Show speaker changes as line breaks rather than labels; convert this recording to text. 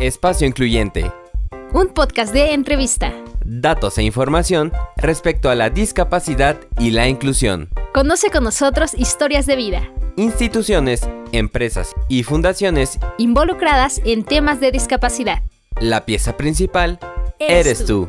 Espacio Incluyente.
Un podcast de entrevista.
Datos e información respecto a la discapacidad y la inclusión.
Conoce con nosotros historias de vida
Instituciones, empresas y fundaciones.
involucradas en temas de discapacidad.
La pieza principal eres tú.